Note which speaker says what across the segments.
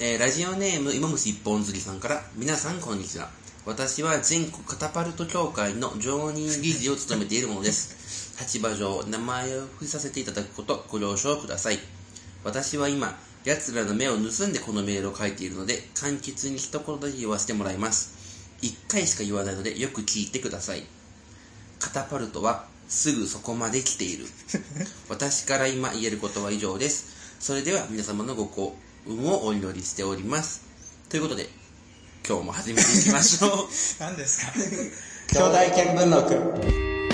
Speaker 1: えーラジオネーム芋虫一本釣りさんから皆さんこんにちは私は全国カタパルト協会の常任理事を務めているものです立場上名前を付させていただくことご了承ください私は今奴らの目を盗んでこのメールを書いているので簡潔に一言だけ言わせてもらいます一回しか言わないのでよく聞いてくださいカタパルトはすぐそこまで来てい る私から今言えることは以上ですそれでは皆様のご幸運をお祈りしておりますということで今日も始めていきま しょう
Speaker 2: 何ですか兄弟見聞録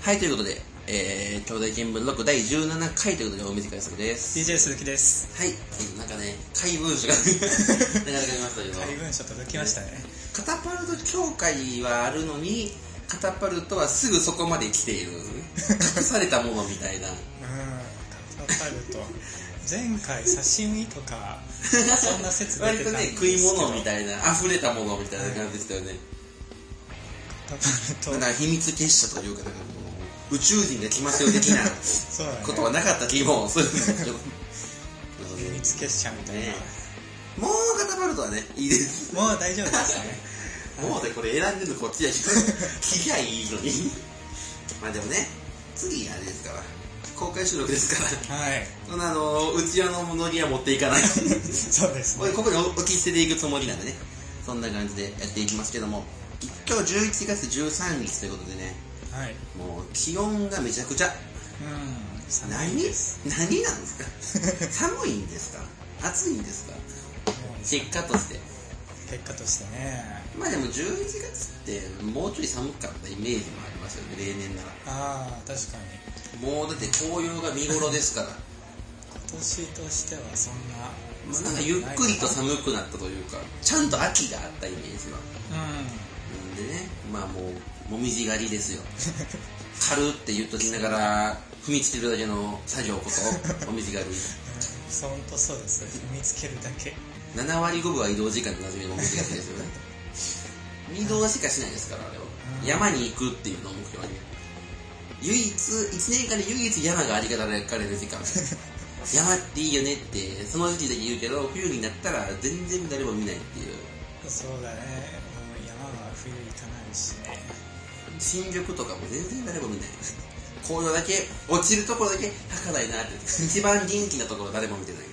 Speaker 1: はいということで、えー、兄弟見聞録第17回ということでお短い作ですは
Speaker 2: DJ 鈴木です
Speaker 1: い、うん、なんかね怪文 書が流れてきましたけど
Speaker 2: 配文書届きましたね
Speaker 1: カタパルト協会はあるのにカタパルトはすぐそこまで来て いる隠されたものみたいな
Speaker 2: うんカタパルト前回刺身とかそんな説出
Speaker 1: 割
Speaker 2: て
Speaker 1: と
Speaker 2: たんで
Speaker 1: ね
Speaker 2: す
Speaker 1: 食
Speaker 2: け
Speaker 1: い
Speaker 2: ど
Speaker 1: 物みたいな溢れたものみたいな感じでしたよね
Speaker 2: カタパ
Speaker 1: なんか
Speaker 2: ルト
Speaker 1: 秘密結社というかなんかこう宇宙人が来ますよ的な
Speaker 2: そうだね
Speaker 1: ことはなかった気もするんですけど
Speaker 2: 秘密結社みたいな、
Speaker 1: ねもうカタパルトはねいいです
Speaker 2: もう大丈夫ですね
Speaker 1: もうねこれ選んでるのこっちやけど聞きゃいいのにまあでもね次あれですから公開収録ですから
Speaker 2: はい
Speaker 1: そんなあのうちわのノリは持っていかない
Speaker 2: そうです
Speaker 1: これ
Speaker 2: ね
Speaker 1: ここに置き捨てていくつもりなんでねそんな感じでやっていきますけども今日11月13日ということでね
Speaker 2: はい
Speaker 1: もう気温がめちゃくちゃ
Speaker 2: うん
Speaker 1: 何
Speaker 2: 寒
Speaker 1: 何
Speaker 2: い
Speaker 1: なんで
Speaker 2: です
Speaker 1: すか寒いんですか暑いんですか
Speaker 2: もう
Speaker 1: 結果として
Speaker 2: 結果としてね
Speaker 1: まあでも11月ってもうちょい寒かったイメージもありますよね例年なら
Speaker 2: ああ確かに
Speaker 1: もうだって紅葉が見頃ですから
Speaker 2: 今年としてはそんな
Speaker 1: まあなんかゆっくりと寒くなったというかちゃんと秋があったイメージは
Speaker 2: う
Speaker 1: なんでねまあもうもみじ狩りです よ狩るって言っときながら踏みつけるだけの作業 こともみじ狩り
Speaker 2: んそんとそうです踏みつけるだけ
Speaker 1: 7割5分は移動時間でなじみのもみじ狩りですよね 移動しかしないですからあれは
Speaker 2: うん
Speaker 1: 山に行くっていうのを目標に唯一1年間で唯一山があり方らかれる時 間山っていいよねってその時期だけ言うけど冬になったら全然誰も見ないっていう
Speaker 2: そうだねもう山は冬行かないしね
Speaker 1: 新緑とかも全然誰も見ない紅葉だけ落ちるところだけ儚いなって一番元気なところ誰も見てないか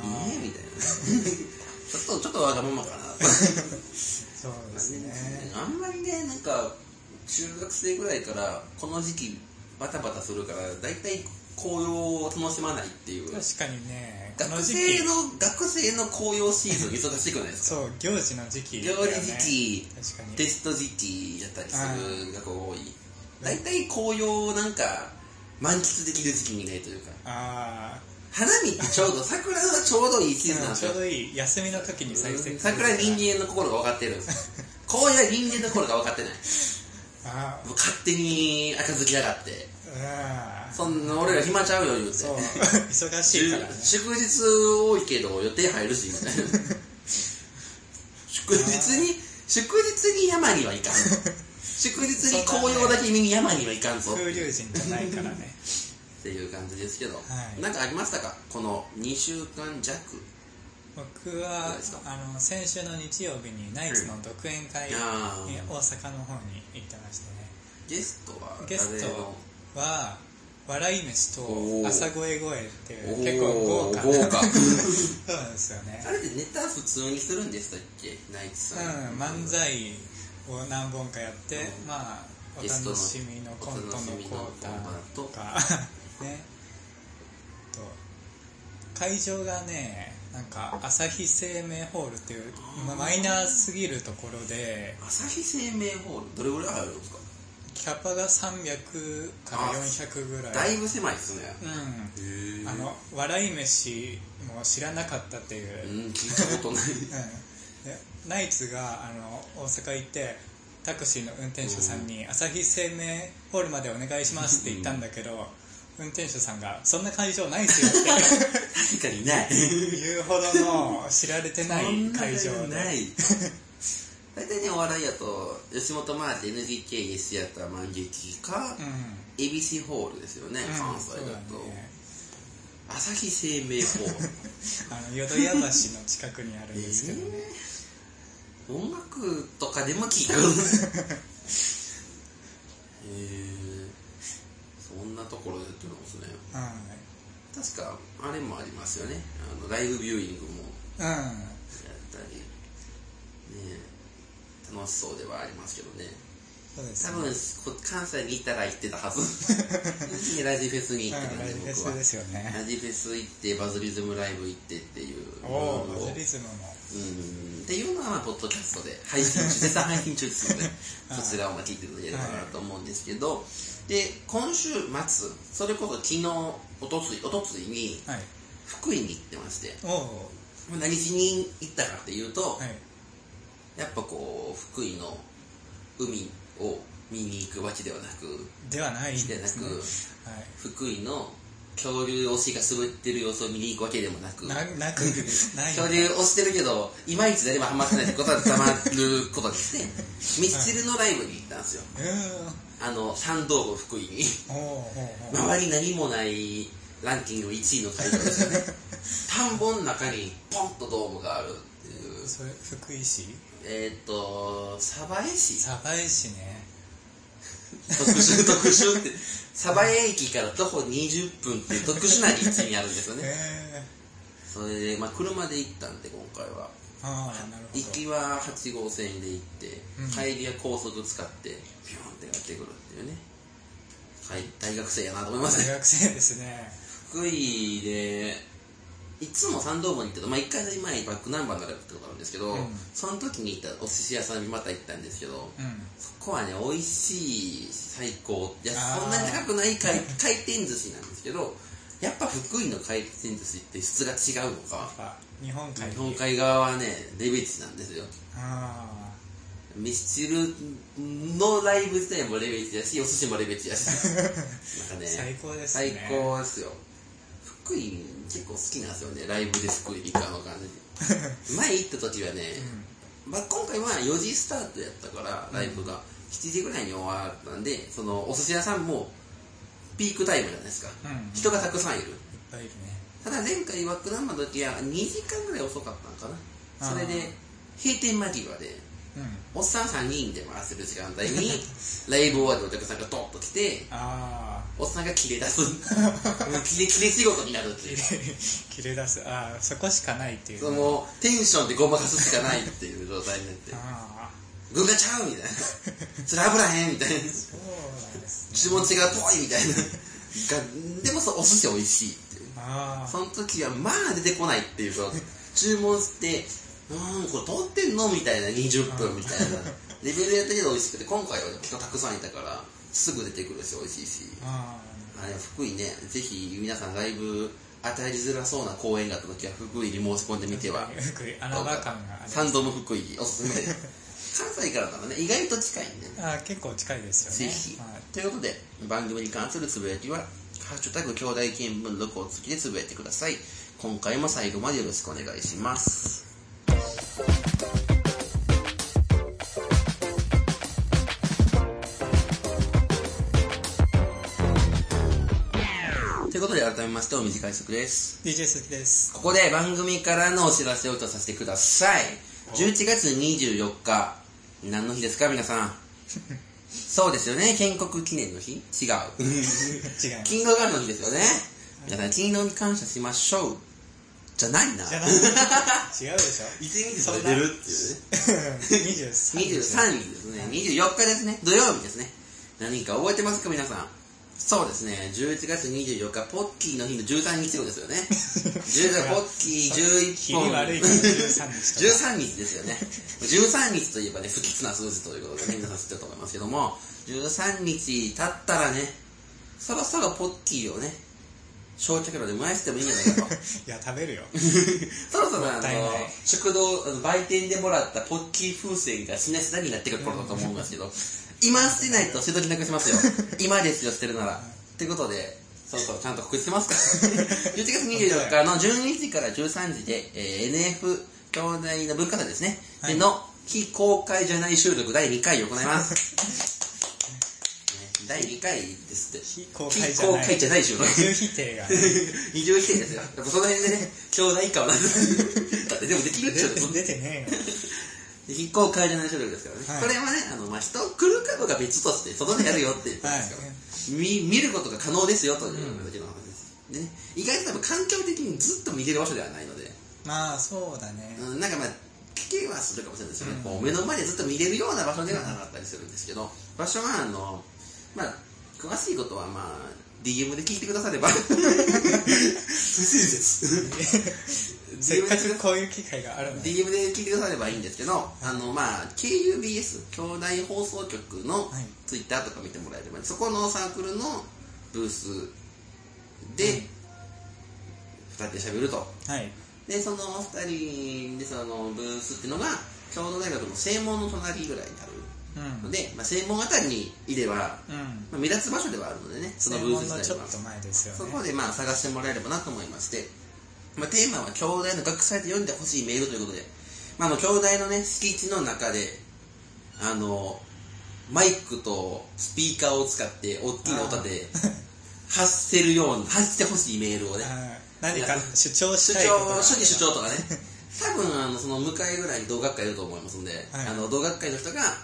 Speaker 1: ら
Speaker 2: あ
Speaker 1: いいねみ たいなちょっとちょっとわがままかな
Speaker 2: ーそうですね
Speaker 1: あんまりねなんか中学生ぐらいからこの時期バタバタするから大体紅葉を楽しまないっていう
Speaker 2: 確かにねこの
Speaker 1: 学
Speaker 2: 時
Speaker 1: 生
Speaker 2: 期
Speaker 1: の学生の紅葉シーズン忙しくないですか
Speaker 2: そう行事の時期だ
Speaker 1: 料
Speaker 2: よね
Speaker 1: 理時期
Speaker 2: 確かに
Speaker 1: テスト時期だったりする学校多い大体紅葉をなんか満喫できる時期にないというか
Speaker 2: ああ
Speaker 1: 花見ってちょうど桜がちょうどいいシーズンなんです
Speaker 2: ち
Speaker 1: よ
Speaker 2: ょうどいい休みの時に再生
Speaker 1: 桜は人間の心が分かってるんですよ紅葉は人間の心が分かってない
Speaker 2: あ
Speaker 1: もう勝手に赤ずきやがって
Speaker 2: あ
Speaker 1: そんな俺ら暇ちゃうよ言うて
Speaker 2: そう 忙しいからね
Speaker 1: 祝日多いけど予定入るしみたいな祝日に祝日に山には行かん祝日に紅葉だけ見に山には行かんぞ
Speaker 2: 風流人じゃないからね
Speaker 1: っていう感じですけど、
Speaker 2: はい
Speaker 1: なんかありましたかこの2週間弱
Speaker 2: 僕
Speaker 1: どう
Speaker 2: は
Speaker 1: ですか
Speaker 2: あの先週の日曜日にナイツの独演会、
Speaker 1: あ
Speaker 2: え
Speaker 1: ー
Speaker 2: 大阪の方に行ってましたね
Speaker 1: ゲストは
Speaker 2: ゲス
Speaker 1: 誰
Speaker 2: ト
Speaker 1: の
Speaker 2: は笑い飯
Speaker 1: おー
Speaker 2: と朝声声っていう結
Speaker 1: おー
Speaker 2: 構豪華
Speaker 1: 豪華
Speaker 2: そうなんですよね
Speaker 1: あれってネタ普通にするんでしたっけナイツさん、
Speaker 2: うん漫才を何本かやって、
Speaker 1: うん
Speaker 2: まあお
Speaker 1: ゲストの
Speaker 2: 楽しみのコントのコーターとか ねと会場がねなんか朝日生命ホールっていうまあマイナーすぎるところで
Speaker 1: 朝日生命ホールどれぐらい入るんですか、
Speaker 2: キャパが300から400ぐらい
Speaker 1: だいぶ狭いですね
Speaker 2: う
Speaker 1: へ
Speaker 2: ん
Speaker 1: え
Speaker 2: あの笑い飯も知らなかったっていう、
Speaker 1: う
Speaker 2: うん
Speaker 1: ん聞いた ことない
Speaker 2: でナイツがあの大阪行ってタクシーの運転手さんに「朝日生命ホールまでお願いします」って言ったんだけど、運転手さんが「そんな会場ないですよ」って
Speaker 1: 確かにない。
Speaker 2: 言うほどの知られてない会
Speaker 1: そ
Speaker 2: 場
Speaker 1: んなのな
Speaker 2: で
Speaker 1: い。 大体ね、お笑いやと、吉本マーティ NGK、イシアター、万劇か、
Speaker 2: うん、
Speaker 1: ABC ホールですよね、
Speaker 2: うん
Speaker 1: 関西だ
Speaker 2: そうだ
Speaker 1: と。
Speaker 2: ね
Speaker 1: 朝日生命ホール。
Speaker 2: あの淀屋橋の近くにあるんですけどね、
Speaker 1: えー音楽とかでも聞くへえそんなところでやってるんですね確かあれもありますよねあのライブビューイングも
Speaker 2: うん、うん、
Speaker 1: やったりねえ楽しそうではありますけど ね
Speaker 2: そうです
Speaker 1: 多
Speaker 2: ね
Speaker 1: 分こ関西にいたら行ってたは ずラジフェスに行ってた
Speaker 2: うんん、
Speaker 1: で
Speaker 2: ラジフェ
Speaker 1: 僕は
Speaker 2: スですよね
Speaker 1: ラジフェス行ってバズリズムライブ行ってっていう
Speaker 2: おお
Speaker 1: うん
Speaker 2: ーバズリズムも
Speaker 1: うんっていうのは、まあポッドキャストで配信中、 絶賛配信中ですので、
Speaker 2: はい
Speaker 1: そちらをまあ聞いていただければなと思うんですけど、で、今週末、それこそ昨日、おとつい、おとついに、
Speaker 2: はい
Speaker 1: 福井に行ってまして、
Speaker 2: おお
Speaker 1: 何しに行ったかっていうと、
Speaker 2: はい
Speaker 1: やっぱこう、福井の海を見に行くわけではなく、
Speaker 2: ではないん
Speaker 1: で
Speaker 2: で
Speaker 1: な
Speaker 2: すね
Speaker 1: く、
Speaker 2: はい
Speaker 1: 福井の恐竜推しが滑ってる様子を見に行くわけでもなく、
Speaker 2: ななくない
Speaker 1: 恐竜押してるけど、いまいち誰もハマってないってことはたまることですね。ミスチルのライブに行ったんですよ。
Speaker 2: うーん
Speaker 1: あの、山道部福井に。
Speaker 2: おーおーおー
Speaker 1: 周り何もないランキング1位の会場ですよね。田んぼの中にポンとドームがあるっていう。
Speaker 2: それ福井市
Speaker 1: えーっ、と、鯖江市
Speaker 2: 鯖江市ね
Speaker 1: 特殊、特殊って。鯖江駅から徒歩20分っていう特殊な立地にあるんですよね。
Speaker 2: え
Speaker 1: それで、まあ車で行ったんで今回は。
Speaker 2: ー、ああなるほ
Speaker 1: 行きは8号線で行って、
Speaker 2: うん
Speaker 1: 帰りは高速使ってピョンってやってくるっていうねはい大学生やなと思い
Speaker 2: ど
Speaker 1: ます
Speaker 2: 大
Speaker 1: ね
Speaker 2: 学生ですね
Speaker 1: 福井でいつも参道門に行ってた、まあ、1回前にバックナンバーのライブってことあるんですけど、
Speaker 2: うん
Speaker 1: その時に行ったお寿司屋さんにまた行ったんですけど
Speaker 2: うん
Speaker 1: そこはね美味しい最高いや
Speaker 2: あー
Speaker 1: そんなに高くない回回転寿司なんですけどやっぱ福井の回転寿司って質が違うの
Speaker 2: や
Speaker 1: か
Speaker 2: っぱ日本海
Speaker 1: 日本海側はねレベチなんですよ
Speaker 2: あ
Speaker 1: ミスチルのライブ自体もレベチだし、お寿司もレベチだし、
Speaker 2: あ
Speaker 1: なんかね、
Speaker 2: 最高です
Speaker 1: 最
Speaker 2: ね
Speaker 1: 高ですよ。福井結構好きなんですよね、ライブで福井理科の 感じ。前行った時はね、まあ、今回は4時スタートやったから、ライブが、7時ぐらいに終わったんで、そのお寿司屋さんもピークタイムじゃないですか。
Speaker 2: うんいっ
Speaker 1: 人がたくさんいる。
Speaker 2: ぱいいるね
Speaker 1: ただ前回ワックナンバーの時は2時間ぐらい遅かったのかな。それ
Speaker 2: あ
Speaker 1: で閉店間際で、
Speaker 2: うん
Speaker 1: おっさん3人で回してる時間帯に、ライブ終わりのお客さんがドンと来て、
Speaker 2: ああ
Speaker 1: おっさんが切れ出す。切れ切れ仕事になるっていう。
Speaker 2: 切れ出すああそこしかないっていう
Speaker 1: その、テンションでごまかすしかないっていう状態にな って、
Speaker 2: ああ
Speaker 1: 軍がちゃうみたいな。それ危らへんみたいな。
Speaker 2: そうなんですね
Speaker 1: 注文違う遠いみたいな。がでもそう、お寿司美味しいっていう。
Speaker 2: あ
Speaker 1: その時は、まあ出てこないっていう か、注文して、うーん、これ通ってんのみたいな、20分みたいな。レベルやったけど美味しくて、今回は人たくさんいたから、すぐ出てくるし、美味しいし。
Speaker 2: ああ
Speaker 1: あれ福井ね、ぜひ皆さんライブ与えづらそうな公演があった時は福井に申し込んでみては
Speaker 2: あ。福井穴場感があります
Speaker 1: 三度も福井おすすめです。関西からならね、意外と近いんでね。
Speaker 2: ああ結構近いです
Speaker 1: ぜ
Speaker 2: よね
Speaker 1: ひ
Speaker 2: はい。
Speaker 1: ということで、番組に関するつぶやきは、ハッシュタグ兄弟見聞録をつきでつぶやいてください。今回も最後までよろしくお願いします。ということで、改めましてお短い速です。
Speaker 2: DJ 鈴木です
Speaker 1: ここで番組からのお知らせをとさせてください。11月24日、何の日ですか皆さん。そうですよね建国記念の日違 う。
Speaker 2: 違う
Speaker 1: 勤労感謝の日ですよね。皆さん、勤労に感謝しましょう。じゃないな。
Speaker 2: じゃない違うでしょ
Speaker 1: いつ見て
Speaker 2: それ出る
Speaker 1: っていうね。
Speaker 2: 23
Speaker 1: 23日ですね。24日ですね。土曜日ですね。何か覚えてますか皆さん。そうですね。11月24日、ポッキーの日の13日後です よね。10ポッキー11本。
Speaker 2: 切り悪いから13日とか
Speaker 1: 13日ですよね。13日といえばね、不吉な数字ということでね、皆さん知ってると思いますけども、13日経ったらね、そろそろポッキーをね、焼却炉で燃やしてもいいんじゃないかと。
Speaker 2: いや食べるよ
Speaker 1: そろそろあ
Speaker 2: も
Speaker 1: の
Speaker 2: ったいない、
Speaker 1: 食堂、あの売店でもらったポッキー風船がしなしなになってくる頃だと思うん ですけど、今捨てないと捨て時なくしますよ。今ですよ、捨てるなら。ってことで、そうそう、ちゃんと告知してますから。11月24日の12時から13時で、えー NF 兄弟の文化祭ですね。
Speaker 2: はい
Speaker 1: での、非公開じゃない収録第2回を行い ます。ね第2回ですって。
Speaker 2: 非公開じゃ
Speaker 1: 非
Speaker 2: な
Speaker 1: 公
Speaker 2: い
Speaker 1: 開じゃない収録。
Speaker 2: 重否定がね
Speaker 1: 二重否定ですよ。やっぱその辺でね、兄弟以下はなん ですだってでもできる
Speaker 2: 出
Speaker 1: っちゃう
Speaker 2: て出てねえよ
Speaker 1: 非公開じゃない収録ですからね。
Speaker 2: はい
Speaker 1: これはね、あの、まあ、人来るかどうか別として、外でやるよって言って
Speaker 2: は
Speaker 1: ますから。見見ることが可能ですよというだけの話です、でね、意外と多分環境的にずっと見れる場所ではないので、
Speaker 2: いまあそうだね
Speaker 1: うん、なんかまあ聞けはするかもしれないですよね、こう目の前でずっと見れるような場所ではなかったりするんですけど場所はあのまあ詳しいことはまあ DM で聞いてくだされば不自由 です
Speaker 2: せっ
Speaker 1: DM
Speaker 2: か
Speaker 1: で聞い
Speaker 2: く
Speaker 1: て
Speaker 2: こういう機会があるので
Speaker 1: DM で聞いてくださればいいんですけど、あの、まあ、KUBS、兄弟放送局の
Speaker 2: はい
Speaker 1: ツイッターとか見てもらえれば、そこのサークルのブースで、二人で喋ると。
Speaker 2: はい
Speaker 1: で、その二人で、そのブースっていうのが、京都大学の正門の隣ぐらいに
Speaker 2: う
Speaker 1: あるの
Speaker 2: ん
Speaker 1: で、まあ、正門あたりにいれば、
Speaker 2: うん
Speaker 1: まあ、目立つ場所ではあるのでね、その
Speaker 2: 専
Speaker 1: ブース
Speaker 2: 門の
Speaker 1: 自
Speaker 2: ちょ
Speaker 1: 体
Speaker 2: っ
Speaker 1: は。
Speaker 2: と前です
Speaker 1: そ
Speaker 2: よね
Speaker 1: こでまあ探してもらえればなと思いまして、まあ、テーマは兄弟の学祭で読んでほしいメールということで、まあ、あの兄弟のね敷地の中であのマイクとスピーカーを使って大きな音で 発せるように発してほしいメールをね
Speaker 2: はい何か主張
Speaker 1: 主
Speaker 2: したい
Speaker 1: 張
Speaker 2: ことがあれば
Speaker 1: 主義主張と かね多分あのその向かいぐらいに同学会いると思いますので、
Speaker 2: はい
Speaker 1: あの同学会の人が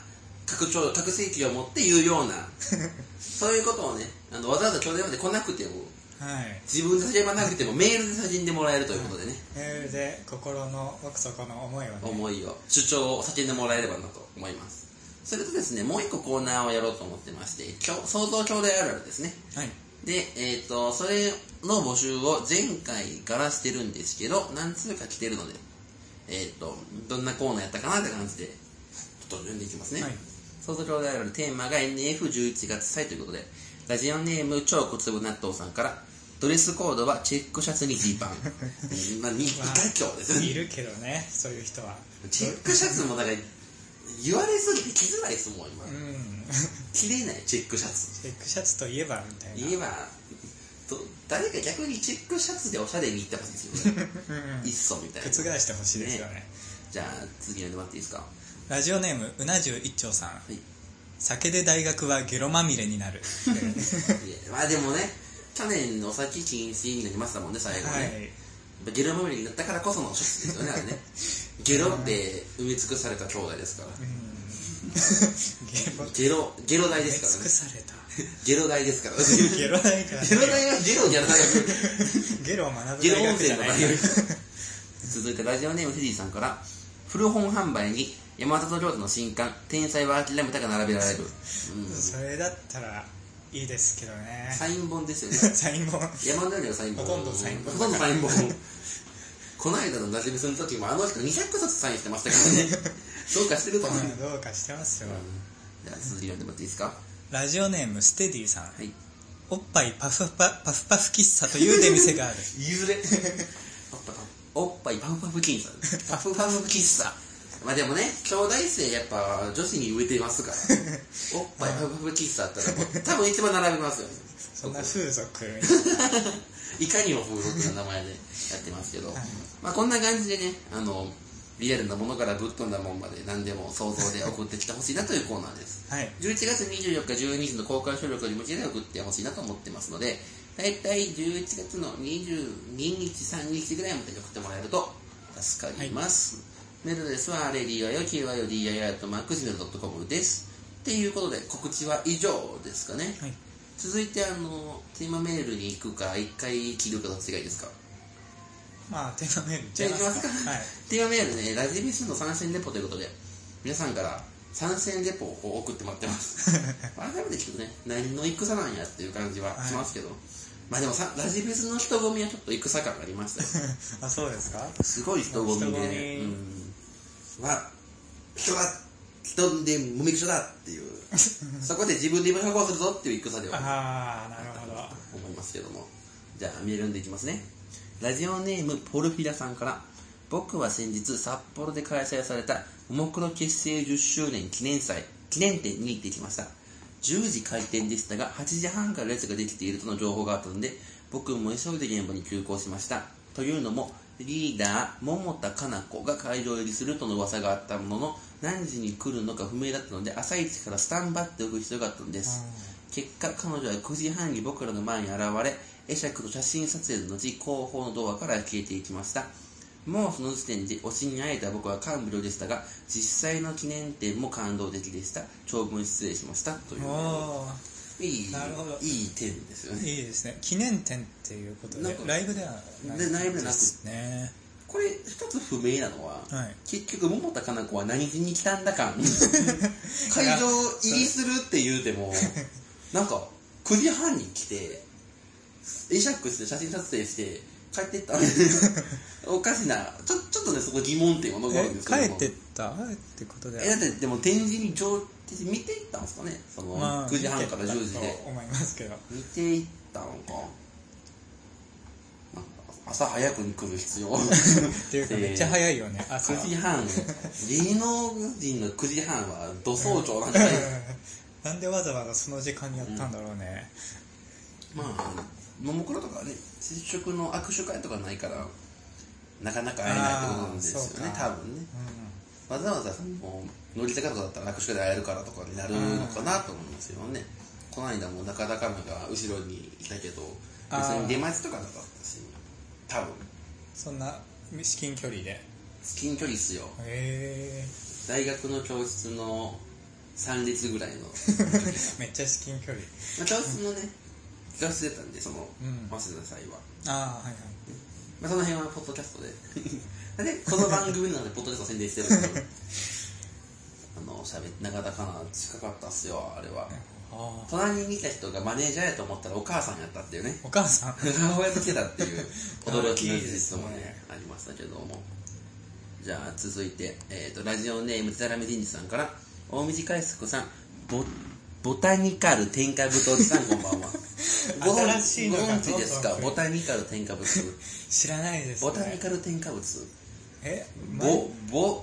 Speaker 1: 拡張拡声器を持って言うよう なそういうことをねあのわざわざ兄弟まで来なくても
Speaker 2: はい
Speaker 1: 自分で写真ばなくてもメールで写真でもらえるということでね、
Speaker 2: メールで心の奥底の思いをね
Speaker 1: 思いを主張を叫んでもらえればなと思いますそれとですねもう一個コーナーをやろうと思ってましてきょ想像兄弟あるあるですね
Speaker 2: はい
Speaker 1: でえっ、とそれの募集を前回からしてるんですけど何通か来てるのでえっ、とどんなコーナーやったかなって感じでちょっと読んでいきますね、
Speaker 2: はい
Speaker 1: 創造兄弟のテーマが NF11 月祭ということで、ラジオネーム超小粒納豆さんから、ドレスコードはチェックシャツに ジーパン。うんまあ、み、
Speaker 2: わあ
Speaker 1: 二教ですね。
Speaker 2: いるけどねそういう人は
Speaker 1: チェックシャツもだから、言われすぎて着づらいですもん、今
Speaker 2: う。ん
Speaker 1: 着れない、チェックシャツ。
Speaker 2: チェックシャツといえばみたいな
Speaker 1: 言えば、ど誰か逆にチェックシャツでおしゃれに行ってほしいです よね。
Speaker 2: うん
Speaker 1: いっそみたいな。
Speaker 2: 覆してほしいですよね
Speaker 1: じゃあ、次読んでもらっていいですか。
Speaker 2: ラジオネームうな重一丁さん、
Speaker 1: い
Speaker 2: 酒で大学はゲロまみれになる
Speaker 1: いやまあでもね、去年お酒禁止になりましたもんね、最後ね。
Speaker 2: はい
Speaker 1: ゲロまみれになったからこその処置ですよね、あ れね。ゲロって埋め尽くされた兄弟ですから。ゲ
Speaker 2: ゲロ
Speaker 1: ロ、ゲロ代
Speaker 2: 埋
Speaker 1: で
Speaker 2: め尽く
Speaker 1: すからね。
Speaker 2: された
Speaker 1: ゲロ代 ですから。
Speaker 2: ゲロないから
Speaker 1: ゲロ代はゲロじゃない。
Speaker 2: ゲロを学ぶ
Speaker 1: ゲロ
Speaker 2: 大
Speaker 1: 温
Speaker 2: 学じ
Speaker 1: 泉
Speaker 2: ゃ
Speaker 1: の
Speaker 2: ない
Speaker 1: 大学。 続いてラジオネームフィリーさんから、古本販売に山里亮太の新刊、天才は諦めたが並べられる。うん
Speaker 2: それだったらいいですけどね
Speaker 1: サイン本ですよね。
Speaker 2: サイン本
Speaker 1: 山のようにサイン本。
Speaker 2: ほとんどサイン本
Speaker 1: ほとんどサイン本。この間の馴染みする時もあの人200冊サインしてましたからね。どうかしてると思う。
Speaker 2: うんどうかしてますよ、
Speaker 1: じゃあ続き読んでもらっていいですかは
Speaker 2: ラジオネームステディさん
Speaker 1: い
Speaker 2: おっぱいパフパパフパフ喫茶という出店がある
Speaker 1: いずれ おっぱいパフパフ喫茶パフパフ喫茶まあでもね兄弟生やっぱ女子に植えてますからおっぱいパフパフ喫茶あったらもう多分一番並びますよね
Speaker 2: そんな風俗みた
Speaker 1: いか
Speaker 2: い
Speaker 1: にも風俗な名前でやってますけど、まあこんな感じでねあのリアルなものからぶっ飛んだもんまで何でも想像で送ってきてほしいなというコーナーです
Speaker 2: なはい
Speaker 1: 11月24日12時の公開収録に向けて送ってほしいなと思ってますので、大体11月の22日、3日ぐらいまでに送ってもらえると助かります。メールアドレスは、レディワよ、kyodio.macgmail.com です。っていうことで、告知は以上ですかね。
Speaker 2: はい
Speaker 1: 続いて、あの、テーマメールに行くか、一回切るかどっちがいいですか
Speaker 2: まあテーマメールいっちゃいますか
Speaker 1: じ
Speaker 2: はい
Speaker 1: テーマメールね、ラジビスの参戦レポということで、皆さんから参戦レポを送ってもらって ます。改めて聞くとね、何の戦なんやっていう感じはしますけど、まあでもさ、ラジビスの人混みはちょっと戦感がありま したよ。
Speaker 2: あそうですか
Speaker 1: すごい人混みで、
Speaker 2: 人混み
Speaker 1: うん、わ人が人でもみくちょだって いう、そこで自分で今をするぞっていう戦では
Speaker 2: ああなるほどは
Speaker 1: 思いますけどもじゃあメール読んでいきますねラジオネームポルフィラさんから僕は先日札幌で開催されたももクロ結成10周年記念祭記念展に行ってきました10時開店でしたが8時半から列ができているとの情報があったので僕も急いで現場に急行しましたというのもリーダー桃田かな子が会場入りするとの噂があったものの何時に来るのか不明だったので朝一からスタンバっておく必要があったのです結果彼女は9時半に僕らの前に現れ会釈と写真撮影の後後方のドアから消えていきましたもうその時点で推しに会えた僕は感無量でしたが実際の記念展も感動的でした長文失礼しましたという
Speaker 2: おー
Speaker 1: いい
Speaker 2: なるほど
Speaker 1: いい点ですよね
Speaker 2: いいですね記念展っていうこと
Speaker 1: な
Speaker 2: で
Speaker 1: んか
Speaker 2: ライブではない
Speaker 1: でライブでなく
Speaker 2: ですね
Speaker 1: これ一つ不明なのは、
Speaker 2: はい
Speaker 1: 結局桃田かな子は何しに来た んだ感会場入りするって言うて もなんか9時半に来て会釈して写真撮影して帰って ったおかしなちょちょっとねそこ疑問点は残るん
Speaker 2: え
Speaker 1: ですけども
Speaker 2: 帰ってったってことで
Speaker 1: えだってでも展示に上見ていったんですかねその9時半から10時
Speaker 2: 見
Speaker 1: で
Speaker 2: てたと思いますけど
Speaker 1: 見ていったのかなんか朝早くに来る必要
Speaker 2: っていうかめっちゃ早いよね朝
Speaker 1: 9時半芸能人の9時半は土早朝 なんじゃない
Speaker 2: なんでわざわざその時間にやったんだろうね、
Speaker 1: まあももクロとかはね接触の握手会とかないからなかなか会えないってことなんですよね
Speaker 2: あーそ
Speaker 1: 多
Speaker 2: うか
Speaker 1: 分ね
Speaker 2: う
Speaker 1: わざわざその乗り坂とかだったら握手会で会えるからとかになるのかなと思うんですよねこの間も中田カメが後ろにいたけど
Speaker 2: あ
Speaker 1: 別
Speaker 2: ー
Speaker 1: に出待ちとかだったし多分
Speaker 2: ん、そんな至近距離でへ
Speaker 1: 近距離っすよ
Speaker 2: え
Speaker 1: 大学の教室の3列ぐらいの
Speaker 2: めっちゃ至近距離
Speaker 1: まあ教室のね教室だったんでその
Speaker 2: うん
Speaker 1: 早稲田祭は、
Speaker 2: ああはいはい
Speaker 1: まあ、その辺はポッドキャストでなんで この番組なのでポッドキャスト宣伝してるんですけど あの喋って中田かな近かったっすよあれは
Speaker 2: ああ
Speaker 1: 隣にいた人がマネージャーやと思ったらお母さんやったっていうね
Speaker 2: お母さ ん
Speaker 1: 母親と来てたっていう驚きの
Speaker 2: あーいい
Speaker 1: 事
Speaker 2: です
Speaker 1: 実
Speaker 2: ね
Speaker 1: もねありましたけどもじゃあ続いて、えー、とラジオネームテザラメ人事さんから大道海子さんボボタニカル添加物おじさんこんばん はご存
Speaker 2: 新しいのが
Speaker 1: ご存知ですか
Speaker 2: どんど
Speaker 1: ボ
Speaker 2: ん
Speaker 1: タニカル添 加物
Speaker 2: 知らないです、ね、
Speaker 1: ボタニカル添加物
Speaker 2: え
Speaker 1: ボ
Speaker 2: ボ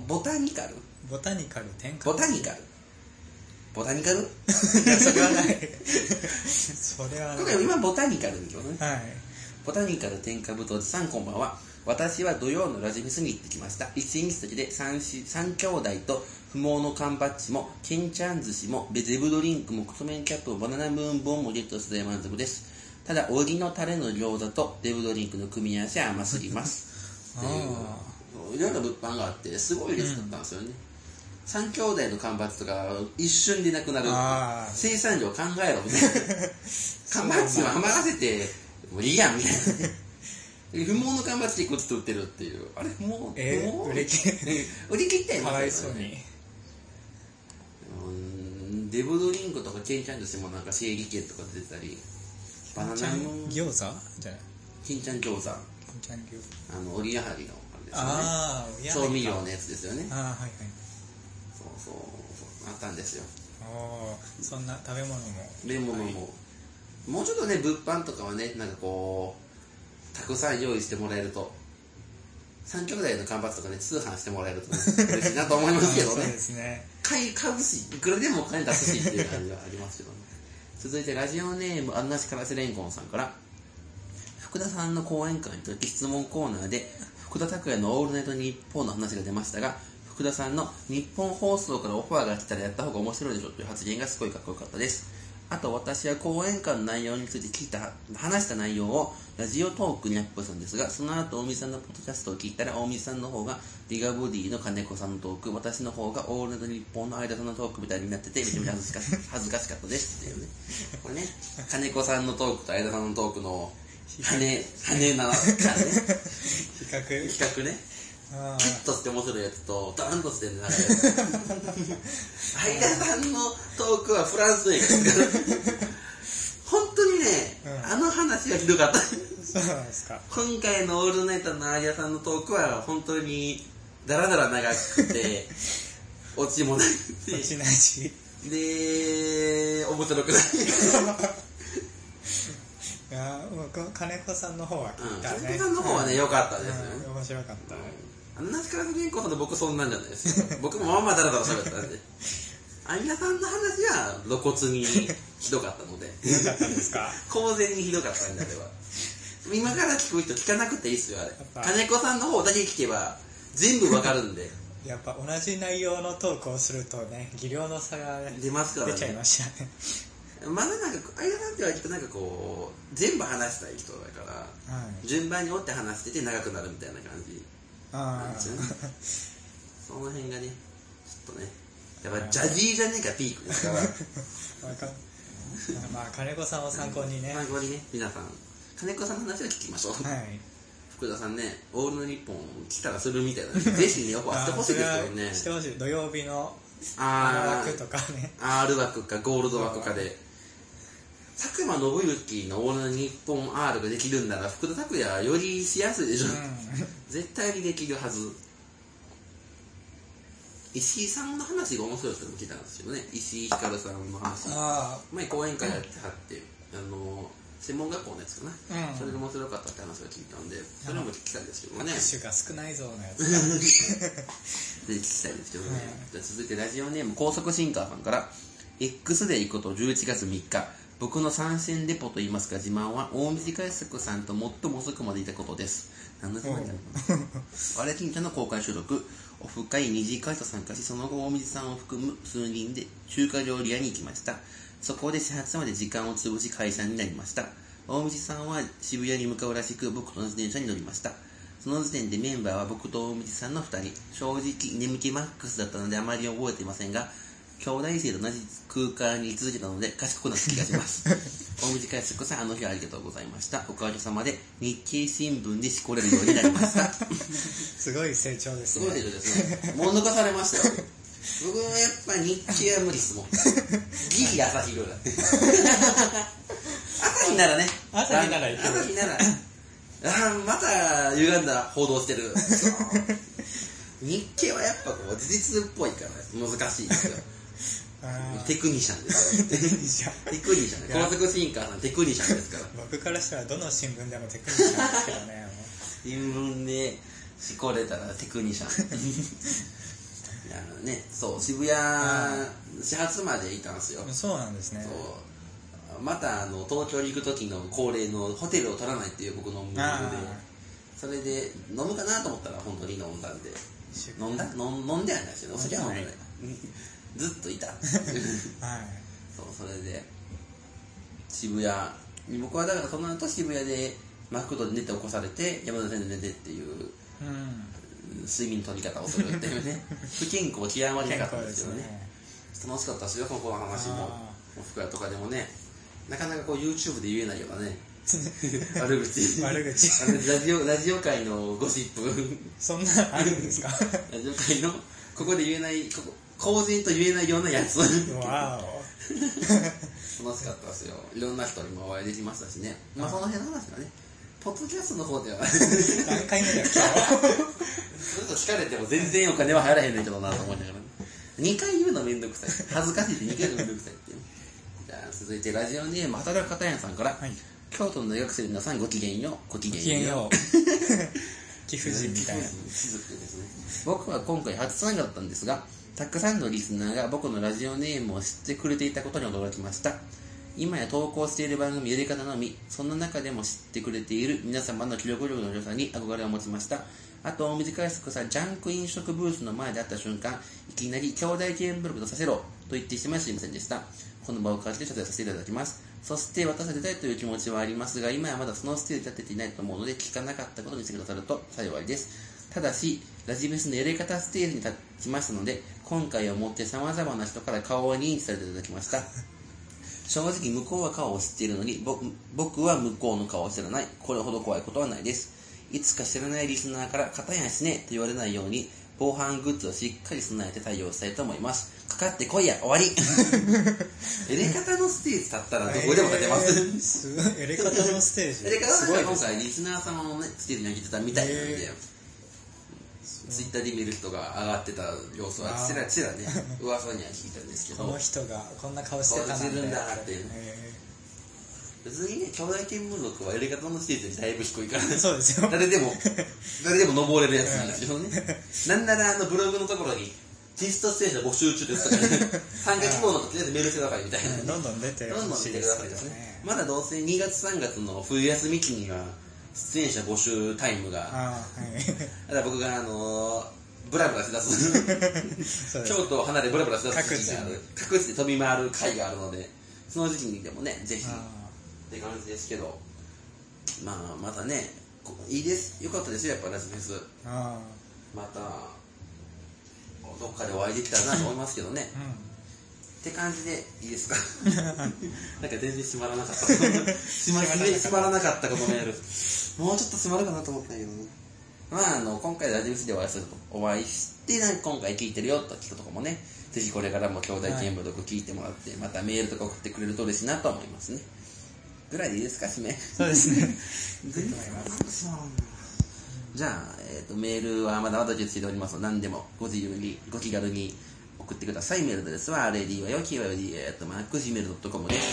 Speaker 1: ボボタニカル
Speaker 2: ボタニカル転換
Speaker 1: ボタニカルボタニカル
Speaker 2: いやそれはないそれは
Speaker 1: 今
Speaker 2: ない
Speaker 1: 回今ボタニカルですよね
Speaker 2: はい
Speaker 1: ボタニカル添加物おじさんこんばんは私は土曜のラジフェスに行ってきました一日先で 3, 三兄弟と不毛の缶バッジもケンちゃん寿司もベゼブドリンクもクソメンキャップもバナナムーンボンもゲットして満足ですただおりのタレの餃子とデブドリンクの組み合わせは甘すぎます
Speaker 2: あ
Speaker 1: っていういろいろな物販があってすごいレースだったんですよね、三兄弟の缶バッジとか一瞬でなくなる
Speaker 2: あー
Speaker 1: 生産量考えろみたいな缶バッジは任せてもういいやんみたいな不毛の缶バッジ1個ずつ売ってるっていうあれもう、
Speaker 2: え
Speaker 1: もう
Speaker 2: 売り切れ
Speaker 1: 売り切ってん
Speaker 2: かわいそうに
Speaker 1: うんデブドリンクとかケンちゃんとしてもなんか正義券とか出てたりバナ
Speaker 2: ちゃ
Speaker 1: ナ
Speaker 2: ん
Speaker 1: の
Speaker 2: 餃子じゃない
Speaker 1: ケンちゃん餃子あ
Speaker 2: ちゃん餃子
Speaker 1: の折りやはりのあ
Speaker 2: ああ
Speaker 1: れ
Speaker 2: い
Speaker 1: で
Speaker 2: や
Speaker 1: すよね調味料のやつですよね
Speaker 2: ああはいはい
Speaker 1: そうそうそうあったんですよ
Speaker 2: おーそんな食べ物も
Speaker 1: でももう、もうちょっとね物販とかはねなんかこうたくさん用意してもらえると三兄弟の間伐とかね通販してもらえるとね嬉しいなと思いますけど
Speaker 2: あーそう
Speaker 1: ね
Speaker 2: ですね
Speaker 1: 買い買うしいくらでもお金出すしっていう感じはありますけどね続いてラジオネームあんなしからせれんこんさんから福田さんの講演会の時質問コーナーで福田拓也の「オールナイトニッポン」の話が出ましたが福田さんの「日本放送からオファーが来たらやった方が面白いでしょ」という発言がすごいかっこよかったですあと私は講演会の内容について聞いた話した内容をラジオトークにアップしたんですがその後大水さんのポッドキャストを聞いたら大水さんの方がリガボディの金子さんのトーク私の方がオールナイトニッポンの相田さんのトークみたいになっててめちゃめちゃ恥ずかし恥ずかしかったですっていうねこれね金子さんのトークと相田さんのトークの羽根、羽な、ね、
Speaker 2: 比較
Speaker 1: 比較ね。
Speaker 2: あ
Speaker 1: キュッとして面白いやつと、ダーンとして長いやつ。相田さんのトークはフランスの映画ですから。本当にね、
Speaker 2: うん
Speaker 1: あの話はひどかった。
Speaker 2: ーそうなんですか
Speaker 1: 今回のオールナイトの相田さんのトークは本当に、だらだら長く て、オチもない
Speaker 2: こっ
Speaker 1: し、
Speaker 2: ちないし
Speaker 1: で、面白 くない。
Speaker 2: いやーもうこの金子さんの方は聞
Speaker 1: う
Speaker 2: い
Speaker 1: ん。
Speaker 2: たね
Speaker 1: 金子さんの方はね、良かったですよね。
Speaker 2: うん面白かった
Speaker 1: あんな力の銀行ほど僕そんなんじゃないですよ。僕もまんまだらだら喋ったんで。アンヤさんの話は露骨にひどかったの で
Speaker 2: なかったで すか
Speaker 1: 公然にひどかったんであれは今から聞く人聞かなくていいっすよあれ
Speaker 2: ぱ
Speaker 1: 金子さんの方だけ聞けば全部わかるんで
Speaker 2: やっぱ同じ内容のトークをするとね技量の差がね
Speaker 1: 出ますからね
Speaker 2: 出ちゃいましたね
Speaker 1: まだなんかアンヤさんってはきっとなんかこう全部話したい人だから
Speaker 2: はい
Speaker 1: 順番に追って話してて長くなるみたいな感じ
Speaker 2: あ
Speaker 1: そうその辺がねちょっとねやっぱジャジーじゃねえかピークですから
Speaker 2: あわかんまあ金子さんを参考にねは
Speaker 1: 参考にね皆さん金子さんの話を聞きましょう
Speaker 2: い
Speaker 1: 福田さんね「オールの日本」来たらするみたい なのでぜひねオファーしてほしいです
Speaker 2: あーそ
Speaker 1: よ
Speaker 2: れ
Speaker 1: ね
Speaker 2: はしてほしい土曜日の
Speaker 1: あ
Speaker 2: 枠とかね
Speaker 1: あ R 枠かゴールド枠かで佐久間信行の「オールの日本 R」ができるんなら福田拓也はよりしやすいでしょ、
Speaker 2: う
Speaker 1: 絶対にできるはず石井さんの話が面白いってのも聞いたんですけどね石井ひかるさんの話
Speaker 2: んあ
Speaker 1: 前講演会やってはって、あの専門学校のやつかな、
Speaker 2: うん
Speaker 1: それが面白かったって話を聞いたんでそれも聞きたいですけどもね
Speaker 2: あ
Speaker 1: ぜ
Speaker 2: 種が少ないぞのや つ
Speaker 1: ひ聞きたいですけどね、
Speaker 2: はい
Speaker 1: じゃあ続いてラジオネーム高速シンカーさんから X で行くと11月3日僕の参戦レポといいますか自慢は大水海作さんと最も遅くまでいたことです何のつもりだろう我々近所の公開収録オフ会二次会と参加しその後大水さんを含む数人で中華料理屋に行きましたそこで始発まで時間を潰し解散になりました大水さんは渋谷に向かうらしく僕と自転車に乗りましたその時点でメンバーは僕と大水さんの2人正直眠気マックスだったのであまり覚えていませんが兄弟生と同じ空間に居続けたので賢くなった気がします大水海子さんあの日はありがとうございましたおかげさまで日経新聞でしこれるようになりました
Speaker 2: すごい成長ですす
Speaker 1: ごい程
Speaker 2: ね
Speaker 1: 度ですね。もう抜かされましたよ。僕はやっぱ日中は無理っすもん。ギリ朝日 色だって。朝日ならね。
Speaker 2: 朝日ならいける
Speaker 1: 朝日なら。あーまた歪んだ報道してる。日経はやっぱこう、事実っぽいから難しいですよ。
Speaker 2: あ
Speaker 1: テクニシャンですよ。
Speaker 2: ーじゃあ
Speaker 1: テクニシャンね。高速シンカーさんテクニシャンですから。
Speaker 2: 僕からしたらどの新聞でもテクニシャンですけど ねも
Speaker 1: 新聞
Speaker 2: う
Speaker 1: でしこれたらテクニシャン いやあのねそう渋谷始発までいたんですよ、
Speaker 2: そうなんですね
Speaker 1: そうまたあの東京に行く時の恒例のホテルを取らないっていう僕のムーブで
Speaker 2: あ
Speaker 1: それで飲むかなと思ったら本当に飲んだんで
Speaker 2: ー
Speaker 1: 飲んだ飲ん飲んではないですよねお酒は飲んでない
Speaker 2: 飲んで
Speaker 1: ずっといた そう
Speaker 2: はい
Speaker 1: それで渋谷僕はだからその後渋谷でマクドで寝て起こされて山田先生で寝てっていう
Speaker 2: うん
Speaker 1: 睡眠取り方をするっていう ね不健康極まりなか
Speaker 2: 結
Speaker 1: った
Speaker 2: 構
Speaker 1: ん
Speaker 2: で
Speaker 1: です
Speaker 2: す
Speaker 1: けどね
Speaker 2: ね
Speaker 1: 楽しかったですよここの話も
Speaker 2: あ
Speaker 1: おふくらとかでもねなかなかこう YouTube で言えないような ね悪口
Speaker 2: 悪口
Speaker 1: あのラジオラジオ界のゴシッ プ
Speaker 2: そんなのあるん ですか
Speaker 1: ラジオ界のここで言えないここ公然と言えないようなやつ楽
Speaker 2: わお
Speaker 1: しかったですよいろんな人にもお会いできましたしねまあその辺の話はねポッドキャストの方ではず
Speaker 2: 何回目だよ 今
Speaker 1: っと聞かれても全然お金は入らへんねんけどなと思いながら2回言うのめんどくさい恥ずかしいって2回言うのめんどくさいっていうじゃあ続いてラジオネーム働く方やんさんから、
Speaker 2: 日はい
Speaker 1: 京都の大学生の皆さんごきげんようごき
Speaker 2: ごきげん よう貴 婦人みたいな
Speaker 1: 貴族ですね僕は今回初参加だったんですがたくさんのリスナーが僕のラジオネームを知ってくれていたことに驚きました今や投稿している番組やり方のみそんな中でも知ってくれている皆様の記録力の良さに憧れを持ちましたあと大水海作さんジャンク飲食ブースの前で会った瞬間いきなり兄弟ゲームブログとさせろと言ってしまいすいませんでしたこの場を借りて謝罪させていただきますそして私は出たいという気持ちはありますが今はまだそのステージに立てていないと思うので聞かなかったことにしてくださると幸いですただしラジフェスのやり方ステージに立ちましたので今回をもって様々な人から顔を認知されていただきました正直向こうは顔を知っているのに僕僕は向こうの顔を知らないこれほど怖いことはないですいつか知らないリスナーから「片やしね」と言われないように防犯グッズをしっかり備えて対応したいと思いますかかってこいや終わり エレカタのステージ立ったらどこでも立てます、
Speaker 2: えーすごいエレカタのステージ
Speaker 1: エレカタ
Speaker 2: す
Speaker 1: さん
Speaker 2: ご
Speaker 1: が
Speaker 2: いで
Speaker 1: 今
Speaker 2: す
Speaker 1: 回リスナー様のねステージに上げてたみたいなんで、
Speaker 2: へえ
Speaker 1: ツイッターで見る人が上がってた様子は
Speaker 2: あー
Speaker 1: ちらちらね噂には聞いたんですけ
Speaker 2: こ
Speaker 1: ど
Speaker 2: の人がこんな顔してたなんて
Speaker 1: 顔してるんだっていう
Speaker 2: え
Speaker 1: 別にね兄弟見聞録はエレガタのステージよりだいぶ低いから
Speaker 2: ーそうですよ
Speaker 1: 誰でも誰でも登れるやつなんですよねなんならあのブログのところにテスト出演者募集中ですとかね、 参加希望のとりあえずメールしてくださいみたいなね、
Speaker 2: どんどん出て
Speaker 1: どん
Speaker 2: ほ
Speaker 1: どん
Speaker 2: し
Speaker 1: 見
Speaker 2: い
Speaker 1: て
Speaker 2: で
Speaker 1: くだ
Speaker 2: す
Speaker 1: さ
Speaker 2: け
Speaker 1: いで
Speaker 2: ど
Speaker 1: すね
Speaker 2: ね。
Speaker 1: まだどうせ2月3月の冬休み期には出演者募集タイムが、
Speaker 2: ああはい
Speaker 1: ただ僕があのー、ブラブラしだす、
Speaker 2: そうです
Speaker 1: 京都を離れブラブラしだす時期があ
Speaker 2: 各地
Speaker 1: る、各地で飛び回る会があるので、その時期にでもね、ぜひっ
Speaker 2: あ
Speaker 1: て感じですけど、まあ、またね、こいいです、よかったですよ、やっぱラジフェス。
Speaker 2: ああ
Speaker 1: また、どっかでお会いできたらなと思いますけどね。
Speaker 2: あうん
Speaker 1: って感じでいいですか なんか全然締まらな かった締ま締まらなかったこのメールもうちょっと締まるかなと思ったけどねまああの今回ラジオスでお会いするお会いしてなんか今回聞いてるよと聞くとかもねぜひこれからも兄弟見聞録聞いてもらって、またメールとか送ってくれると嬉しいなと思いますねぐらいでいいですか締め
Speaker 2: そう ですね
Speaker 1: 全然締まらんなじゃあ、えー、とメールはまだまだ受け付けておりますので何でもご自由にご気軽に送ってくださいメールアドレスは radyokiyoyodi.macgmail.com です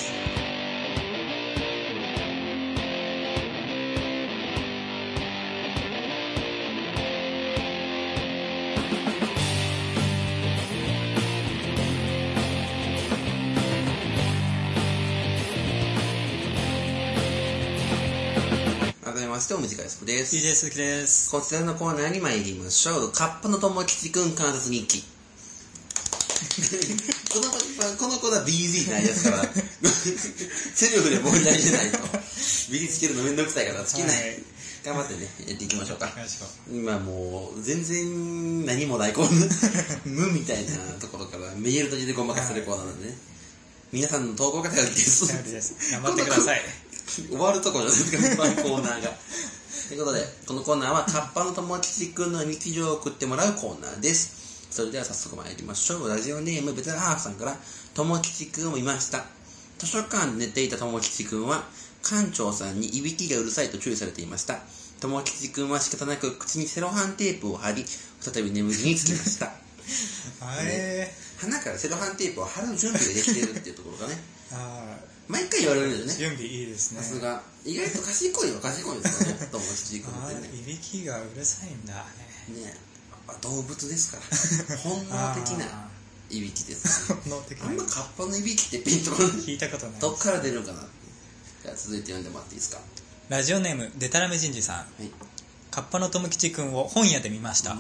Speaker 1: 改めましてお短いですです
Speaker 2: DJ 鈴木です
Speaker 1: こちらのコーナーに参りましょう。カッパの友吉くん観察日 記。このこの子は BG ないですから、 セ力で問題じゃないと。ビリつけるのめんどくさいから、つけない。
Speaker 2: はい
Speaker 1: 頑張ってね、やっていきましょうか
Speaker 2: お。願いします
Speaker 1: 今もう、全然何もない、こんな、 無みたいなところから、メールとじでごまかせるコーナーなんでね。皆さんの投稿が頼りです。
Speaker 2: 頼りです頑張ってください
Speaker 1: 終わるとこじゃないですか、このコーナーが。ということで、このコーナーは、カッパの友吉くんの日常を送ってもらうコーナーです。それでは早速参りましょう。ラジオネーム、ベテランハーフさんから、友吉くんを見ました。図書館で寝ていた友吉くんは、館長さんにいびきがうるさいと注意されていました。友吉くんは仕方なく口にセロハンテープを貼り、再び眠りにつきました。
Speaker 2: あれ
Speaker 1: 鼻からセロハンテープを貼る準備ができてるっていうところがね、
Speaker 2: あ
Speaker 1: 毎回言われるんだよね
Speaker 2: あ。準備いいですね
Speaker 1: さすが意外と賢いは賢いですよね友吉君っ
Speaker 2: あ
Speaker 1: て
Speaker 2: あ
Speaker 1: ね
Speaker 2: いびきがうるさいんだ
Speaker 1: ねやっぱ動物ですから 本能的な
Speaker 2: あ
Speaker 1: いびきです、ね、
Speaker 2: 本能的
Speaker 1: あんま
Speaker 2: な
Speaker 1: カッパのいびきってピンと こない
Speaker 2: 聞いたことない
Speaker 1: どっから出るのかなってじゃあ続いて読んでもらっていいですかは
Speaker 2: ラジオネームでたらめ人事さん
Speaker 1: い
Speaker 2: カッパの友吉くんを本屋で見ました、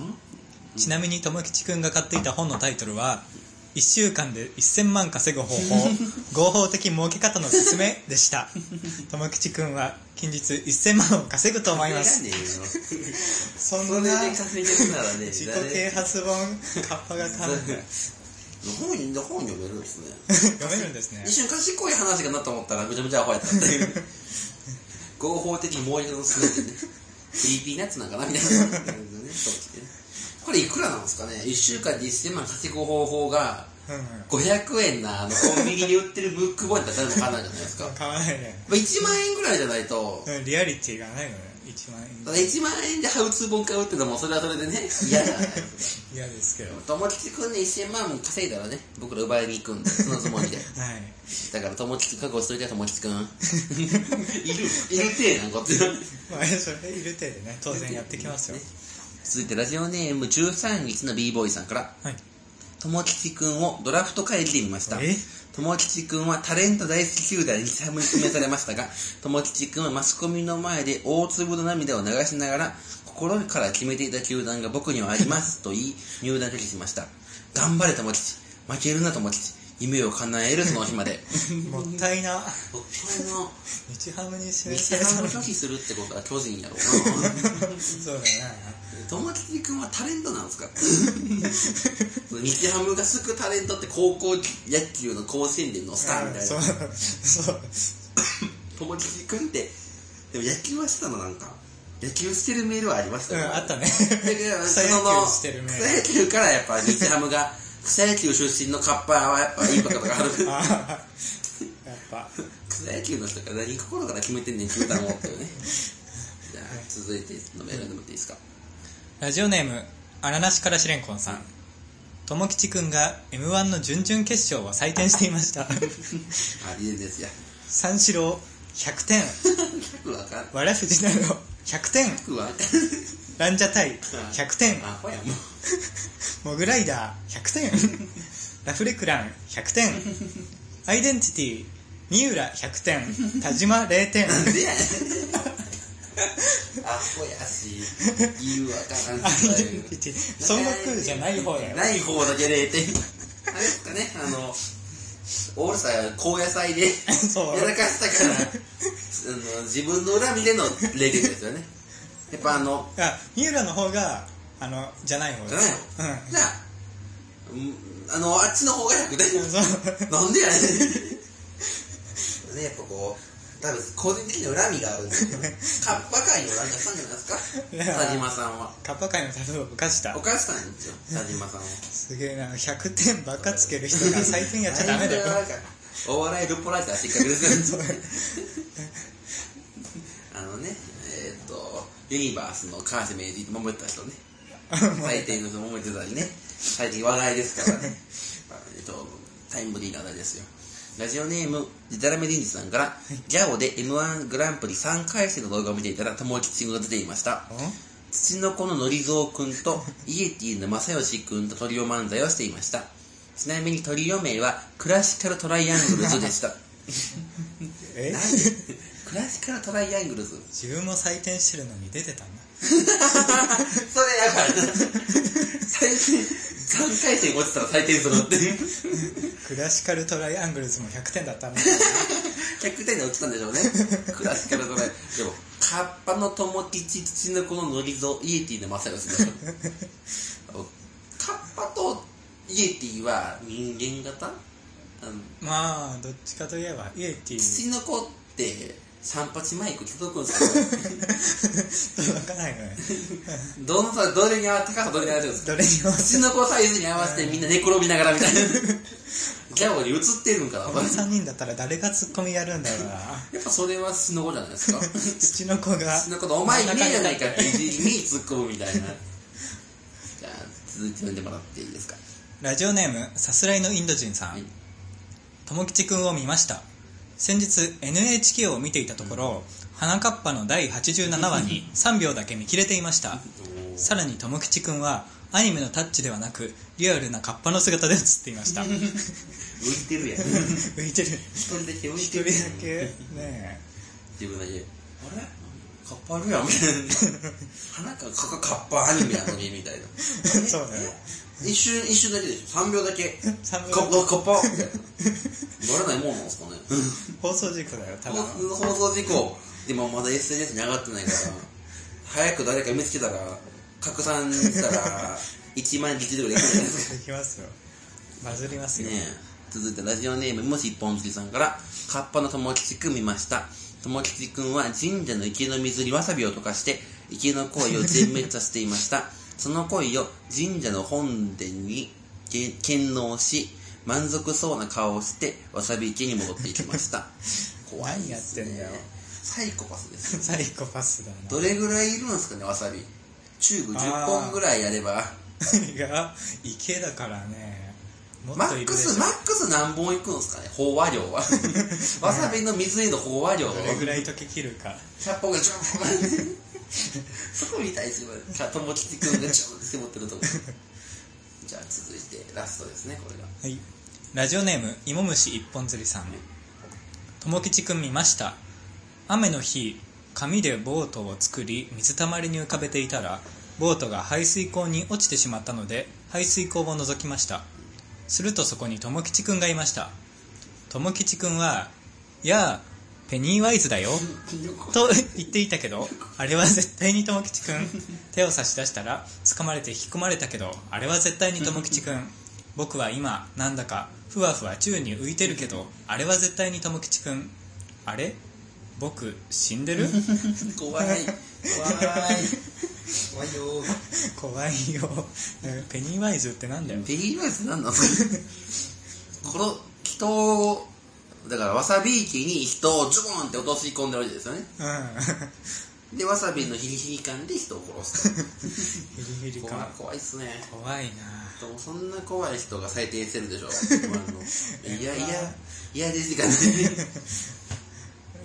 Speaker 2: ちなみに友吉くんが買っていた本のタイトルは「1週間で1000万稼ぐ方 法合法的儲け方のすすめ」でした友吉くんは近日1000万を稼ぐと思います
Speaker 1: ねえよ
Speaker 2: そ
Speaker 1: それ
Speaker 2: ん
Speaker 1: で
Speaker 2: な
Speaker 1: 稼げるならね
Speaker 2: 自己啓
Speaker 1: 誰
Speaker 2: 発本カッパが買うんだ
Speaker 1: 本 本読めるんですね
Speaker 2: 読めるんですね
Speaker 1: 一瞬賢い話かなと思ったらぐちゃぐちゃアホやったっていう合法的にもう一度のすべてねクリーピーナッツなんかなみたいな感じのねそうしてねこれいくらなんですかね1週間で1000万稼ぐ方法が
Speaker 2: うんうん
Speaker 1: 500円なあのコンビニで売ってるブックボーイだったら誰も買わないじゃないですかま
Speaker 2: 買わないね
Speaker 1: あ1万円ぐらいじゃないと
Speaker 2: うんリアリティがないのね1万
Speaker 1: た
Speaker 2: 円
Speaker 1: だ1万円でハウツー本買うっていうのもそれはそれでね嫌じゃないですか
Speaker 2: 嫌ですけど
Speaker 1: 友吉くんね1000万も稼いだらね僕ら奪いに行くんでそのつもりで
Speaker 2: はい
Speaker 1: だから友吉覚悟しといて友吉くん いるいるてえなこっちの
Speaker 2: まあそれいる程度ね当然やってきますよ
Speaker 1: ね続いてラジオネーム13日の b ボーイさんから
Speaker 2: はい
Speaker 1: 友吉くんをドラフト会議で見ました
Speaker 2: え
Speaker 1: 友吉くんはタレント大好き集団に寒み詰めされましたが 友吉くんはマスコミの前で大粒の涙を流しながら心から決めていた球団が僕にはありますと言い 入団拒否しました頑張れ友吉負けるな友吉夢を叶えるその日まで
Speaker 2: もったいな
Speaker 1: 僕の
Speaker 2: 日ハムに指名
Speaker 1: ミ
Speaker 2: さ
Speaker 1: サ
Speaker 2: れ
Speaker 1: さ
Speaker 2: た
Speaker 1: んを
Speaker 2: の
Speaker 1: 拒否するってことは巨人やろうな
Speaker 2: そうだ
Speaker 1: 友達君はタレントなんですか日ハムがすくタレントって高校野球の甲子園でのスター
Speaker 2: よ
Speaker 1: み
Speaker 2: な
Speaker 1: たい
Speaker 2: そう
Speaker 1: な
Speaker 2: そう
Speaker 1: 友達君ってでも野球はしたのなんか野球してるメールはありまし
Speaker 2: う
Speaker 1: た
Speaker 2: ん
Speaker 1: よ
Speaker 2: あったね
Speaker 1: だけど
Speaker 2: 草
Speaker 1: その
Speaker 2: 野球してるメール
Speaker 1: 草野球からやっぱ日ハムが草野球出身のカッパーはやっぱいいことがある
Speaker 2: あーやっぱ
Speaker 1: 草野球の人が何心から決めてんねん球団をっていうねじゃあ続いてのメールでもらっていいですか
Speaker 2: ラジオネーム荒なしからしれんこんさん友吉くんが m 1の準々決勝を採点していました
Speaker 1: ありえんですや
Speaker 2: 三四郎100点
Speaker 1: 100分かん
Speaker 2: わらふじなの100点
Speaker 1: 100分かん
Speaker 2: ランジャタイ
Speaker 1: あ
Speaker 2: 100点
Speaker 1: アホやもう
Speaker 2: モグライダー100点 ラフレクラン100点アイデンティティ三浦100点田島0点
Speaker 1: なんでやねんアホやし理由わからん
Speaker 2: アイ
Speaker 1: し
Speaker 2: デンティティ孫悟空じゃない方だよ
Speaker 1: ない方だけ0点あれですかねあのオールスター高野菜で
Speaker 2: そう
Speaker 1: やらかしたからあの自分の恨みでの0点ですよねやっぱあの
Speaker 2: あ三浦の方があのじゃない方
Speaker 1: じ
Speaker 2: で
Speaker 1: ゃない
Speaker 2: すうん
Speaker 1: じゃあうんあのあっちの方が100点
Speaker 2: そう
Speaker 1: なんでやねんねやっぱこう多分個人的に恨みがあるんです よカッパ界の恨みがあったんじゃない
Speaker 2: い
Speaker 1: です
Speaker 2: や
Speaker 1: か田島さんは
Speaker 2: カッパ界のタブーを犯した
Speaker 1: お母さんですよ田島さんは
Speaker 2: すげえな100点ばっかつける人が最近やっちゃダメだよ
Speaker 1: あいつはなんかお笑いルポライターせっかくですよ あのねえーっとユニバースの川瀬名人と揉めてた人ね最低の人揉めてたりね最近笑いですからね えーっとタイムリーな話題ですよラジオネームデタラメリンジさんからギャオで m 1グランプリ3回戦の動画を見ていたら友吉チングが出ていました土の子ののりぞうくんと、イエティの正義くんとトリオ漫才をしていました。ちなみにトリオ名は、クラシカルトライアングルズでした。
Speaker 2: え
Speaker 1: 何クラシカルトライアングルズ
Speaker 2: 自分も採点してるのに出てたんだ
Speaker 1: それやからな。最近、3回戦落ちたら採点するって。
Speaker 2: クラシカルトライアングルズも100点だったんだ
Speaker 1: 100点で落ちたんでしょうね。クラシカルトライ。でも、カッパの友吉、土の子ののりぞう、イエティの正義でしょ。カッパとイエティは人間型あの
Speaker 2: まあどっちかといえばイエティ
Speaker 1: 土の子って三八マイク届くんですか
Speaker 2: 届かないのよ
Speaker 1: どのさどれに合わせ高さどれに合わせるんですか
Speaker 2: どれにも
Speaker 1: 土の子サイズに合わせてみんな寝転びながらみたいなギャオに映ってるんかな
Speaker 2: この3人だったら誰がツッコミやるんだろうな
Speaker 1: やっぱそれは土の子じゃないですか
Speaker 2: 土の子が
Speaker 1: 土の子のお前いねえじゃないかっていじりに突っ込むみたいなじゃあ続いて読んでもらっていいですか
Speaker 2: ラジオネームさすらいのインド人さ
Speaker 1: はい
Speaker 2: ん友吉くんを見ました先日 NHK を見ていたところ「はなかっぱ」の第87話に3秒だけ見切れていましたさらに友吉くんはアニメのタッチではなくリアルなカッパの姿で映っていました
Speaker 1: 浮いてるやん
Speaker 2: 浮いてる
Speaker 1: 一人だけ浮いて
Speaker 2: 一人
Speaker 1: るや
Speaker 2: だ
Speaker 1: ん
Speaker 2: けね
Speaker 1: 自分だけあれカッパあるやんみたいな花かカカカッパアニメやのにみたいな
Speaker 2: えそうだよ
Speaker 1: 一瞬一瞬だけでしょ3秒だけ
Speaker 2: 3
Speaker 1: カ
Speaker 2: 秒
Speaker 1: ッパカッパみたいなバレないもんなんですかね
Speaker 2: 放送事故だよただの
Speaker 1: 放放送事故でもまだ SNS に上がってないから早く誰か見つけたら拡散した ら1万リツイートぐらいいくんじゃないですか
Speaker 2: できますよバズりますよ、
Speaker 1: ねえ続いてラジオネームもし一本釣りさんからカッパの友吉くん見ました友吉くんは神社の池の水にわさびを溶かして池の鯉を全滅させていましたその鯉を神社の本殿にけ献納し満足そうな顔をしてわさび池に戻っていきました 怖いです、ね、
Speaker 2: 何やってんだよ
Speaker 1: サイコパスですよ
Speaker 2: サイコパスだ
Speaker 1: どれぐらいいるんですかねわさびチューブ10本ぐらいやれば
Speaker 2: なが池だからねも
Speaker 1: マ
Speaker 2: っと
Speaker 1: ッ
Speaker 2: いる
Speaker 1: ク
Speaker 2: で
Speaker 1: ス、
Speaker 2: しょ
Speaker 1: マックス何本いくんですかね飽和量 は。わさびの水への飽和量
Speaker 2: どれぐらい溶けきるか
Speaker 1: 100本がジョンそこ見たいですよ、か友吉くんがジョンって持ってるとこ。じゃあ続いて、ラストですね、これが。
Speaker 2: はい、ラジオネーム芋虫一本釣りさん友吉くん見ました雨の日紙でボートを作り水たまりに浮かべていたらボートが排水溝に落ちてしまったので排水溝を覗きましたするとそこに友吉くんがいました友吉くんは「やあペニーワイズだよ」と言っていたけどあれは絶対に友吉くん手を差し出したら掴まれて引き込まれたけどあれは絶対に友吉くん僕は今なんだかふわふわ宙に浮いてるけどあれは絶対に友吉くんあれ僕死ん でる
Speaker 1: 怖い。怖い。怖いよ
Speaker 2: 怖いよペニーワイズってなんだよ
Speaker 1: ペリーワイス何なんですかこの人を、だからわさび池に人をジョーンって落とし込んでるわけですよね。
Speaker 2: うん
Speaker 1: で、わさびのヒリヒリ感で人を殺す
Speaker 2: ヒリヒ
Speaker 1: と。
Speaker 2: リ
Speaker 1: 怖い
Speaker 2: 感、
Speaker 1: 怖いっすね。
Speaker 2: 怖いな
Speaker 1: でもそんな怖い人が採点してるでしょあのいやいやいやですかね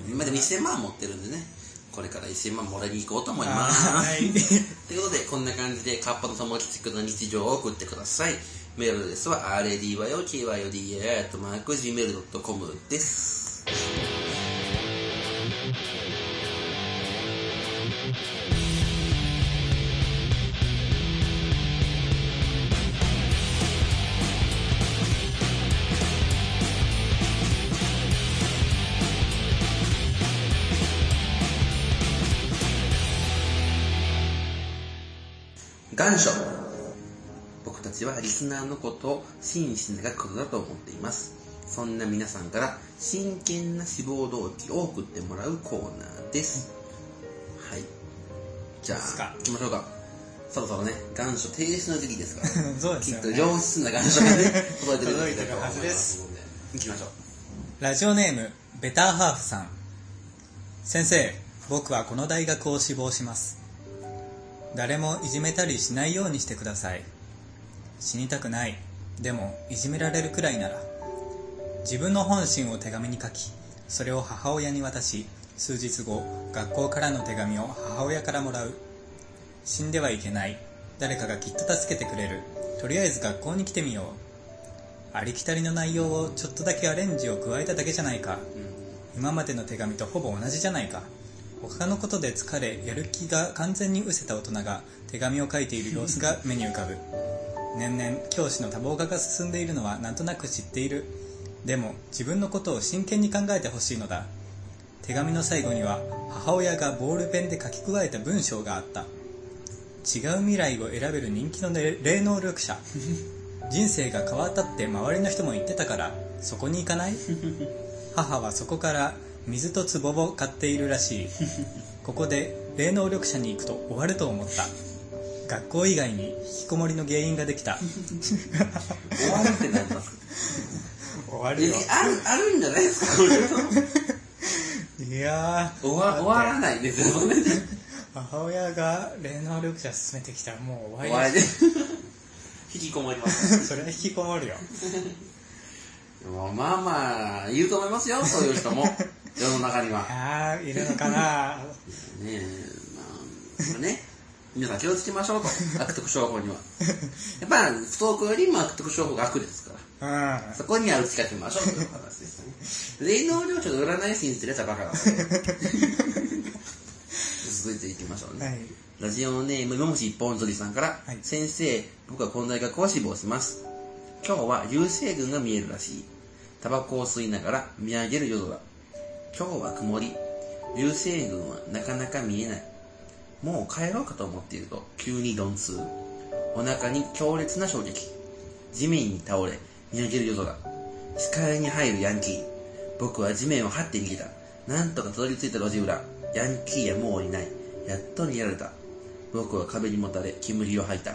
Speaker 1: 今でも1000万持ってるんでねこれから1000万もらいに行こうと思いま
Speaker 2: は
Speaker 1: す。
Speaker 2: い。
Speaker 1: ということで、こんな感じで、カッパの友達の日常を送ってください。メールですは、radyokyodai.gmail.com です。願書僕たちはリスナーのことを真摯な学ことだと思っています。そんな皆さんから真剣な志望動機を送ってもらうコーナーです。はい。じゃ
Speaker 2: です
Speaker 1: あ
Speaker 2: か、
Speaker 1: 行きましょうか。そろそろね、願書停止の時期ですから。
Speaker 2: そうで
Speaker 1: き
Speaker 2: すよ
Speaker 1: っと
Speaker 2: ね。
Speaker 1: 良質な願書 がね、届いてる
Speaker 2: 届いてるはずです
Speaker 1: ので。行きましょう。
Speaker 2: ラジオネーム、ベターハーフさん。先生、僕はこの大学を志望します。誰もいじめたりしないようにしてください。死にたくない。でも、いじめられるくらいなら。自分の本心を手紙に書き、それを母親に渡し、数日後、学校からの手紙を母親からもらう。死んではいけない。誰かがきっと助けてくれる。とりあえず学校に来てみよう。ありきたりの内容をちょっとだけアレンジを加えただけじゃないか。今までの手紙とほぼ同じじゃないか他のことで疲れやる気が完全に失せた大人が手紙を書いている様子が目に浮かぶ年々教師の多忙化が進んでいるのはなんとなく知っているでも自分のことを真剣に考えてほしいのだ手紙の最後には母親がボールペンで書き加えた文章があった違う未来を選べる人気のね霊能力者人生が変わったって周りの人も言ってたからそこに行かない母はそこから水と壺を買っているらしいここで霊能力者に行くと終わると思った学校以外に引きこもりの原因ができた
Speaker 1: 終わるってなります。
Speaker 2: 終わ
Speaker 1: えある、あるんじゃないですか、こういうの
Speaker 2: いや
Speaker 1: 終わ終わらないですよ、それで
Speaker 2: ー母親が霊能力者進めてきたらもう終
Speaker 1: 終
Speaker 2: わ
Speaker 1: わり
Speaker 2: り
Speaker 1: で
Speaker 2: だ
Speaker 1: 引きこもります。
Speaker 2: それは引きこもるよ
Speaker 1: まあまあ、いると思いますよ、そういう人も。世の中には。ね
Speaker 2: あーいるのかな
Speaker 1: え、まあ、ね。皆さん気をつけましょうと。悪徳商法には。やっぱ、不登校よりも悪徳商法が悪ですから。
Speaker 2: うん
Speaker 1: そこには打ち勝ちましょうという話でしたね。霊能領長と占い師に連れたバカだ。続いていきましょうね。
Speaker 2: はい
Speaker 1: ラジオネーム、ももし一本鳥さんから、
Speaker 2: はい
Speaker 1: 先生、僕はこの大学を志望します。今日は流星群が見えるらしい。タバコを吸いながら見上げる夜空。今日は曇り。流星群はなかなか見えない。もう帰ろうかと思っていると、急に鈍痛。お腹に強烈な衝撃。地面に倒れ、見上げる夜空。視界に入るヤンキー。僕は地面を張って逃げた。なんとかたどり着いた路地裏。ヤンキーはもういない。やっと逃げられた。僕は壁にもたれ、煙を吐いた。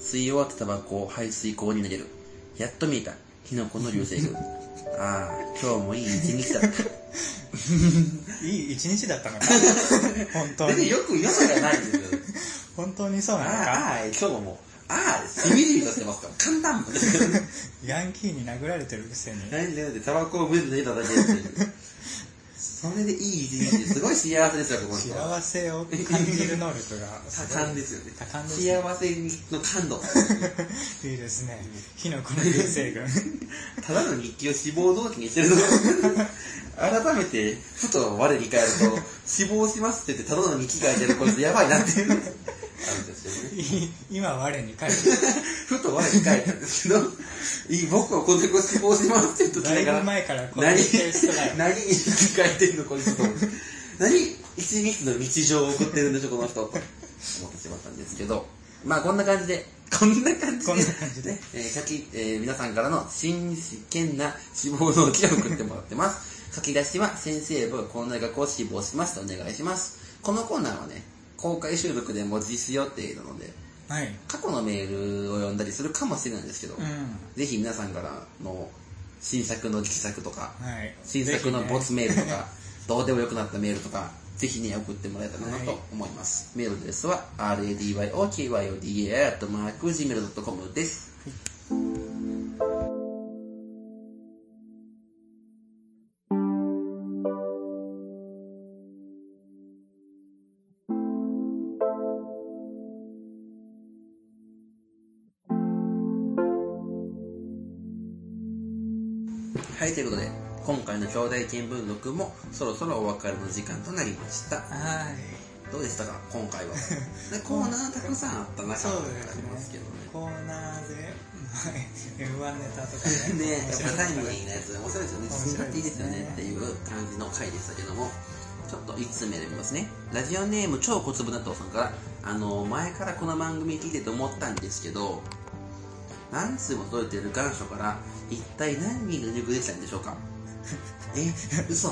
Speaker 1: 吸い終わったタバコを排水口に投げる。やっと見えた。火の粉の流星 群。ああ、今日もいい一日だった。
Speaker 2: いい一日だったのか本当
Speaker 1: 全然
Speaker 2: に
Speaker 1: よく良さがないんですよ。
Speaker 2: 本当にそう
Speaker 1: あ
Speaker 2: な
Speaker 1: あ
Speaker 2: のか、
Speaker 1: ああ、今日も。ああ、しみじみとしてますから。簡単 もんですよ。
Speaker 2: ヤンキーに殴られてるくせに
Speaker 1: 何だよってタバコをブンで出ただけっていう。それでいい一日ですごい幸せですよ、ここの人は。
Speaker 2: 幸せを感じる能力がすごい
Speaker 1: 多感ですよね。
Speaker 2: 多感ですね
Speaker 1: 幸せの感度。
Speaker 2: いいですね火の粉の流星群
Speaker 1: ただの日記を死亡動機にしてるところ。改めて、ふと我に返ると、死亡しますって言って、ただの日記書いてるこいつやばいなっていう。あるんですよね。
Speaker 2: い今我に返る
Speaker 1: ふと我に返ったんですけど、いい僕はこの子死亡しますって言った
Speaker 2: だい
Speaker 1: 時か
Speaker 2: ぶ
Speaker 1: ら、
Speaker 2: 前から こういう
Speaker 1: 何、
Speaker 2: テイストだよ
Speaker 1: 何に書いてんのこいつと。何、一日の日常を送ってるんでしょ、この人と。思ってしまったんですけど、まあこんな感じで、こんな感じで、
Speaker 2: こんな感じで
Speaker 1: ね、えー書き、えー皆さんからの真剣な志望動機を送ってもらってます。書き出しは、先生、僕はこの大学を志望しますとお願いします。このコーナーはね、公開収録でも実施予定なので、
Speaker 2: はい
Speaker 1: 過去のメールを読んだりするかもしれないんですけど、
Speaker 2: うん
Speaker 1: ぜひ皆さんからの新作の力作とか、
Speaker 2: はい
Speaker 1: 新作の
Speaker 2: ぜひね
Speaker 1: ボツメールとか、どうでもよくなったメールとか、ぜひね、送ってもらえたらなと思います。メールアドレスは、radyokyodai.gmail.com です。はい、ということで、今回の兄弟見聞録もそろそろお別れの時間となりました。
Speaker 2: はい
Speaker 1: どうでしたか今回は。でコーナーたくさんあった中
Speaker 2: そう
Speaker 1: で
Speaker 2: です
Speaker 1: ありますけ
Speaker 2: ね
Speaker 1: どね。
Speaker 2: コーナーで M1 ネタとか
Speaker 1: ね
Speaker 2: ね
Speaker 1: やっぱタイム
Speaker 2: 面
Speaker 1: リ
Speaker 2: 白かった
Speaker 1: ーなやつ面白いですよね。
Speaker 2: 面
Speaker 1: 続
Speaker 2: 白
Speaker 1: っ
Speaker 2: い
Speaker 1: ていい
Speaker 2: で
Speaker 1: です
Speaker 2: す
Speaker 1: よ
Speaker 2: ね
Speaker 1: ねっていう感じの回でしたけども、ちょっと1つ目で見ますね。ラジオネーム超小粒納豆さんから、あの、前からこの番組聞いてて思ったんですけど、何通も届いている願書から、一体何人が入部できたんでしょうかえ、嘘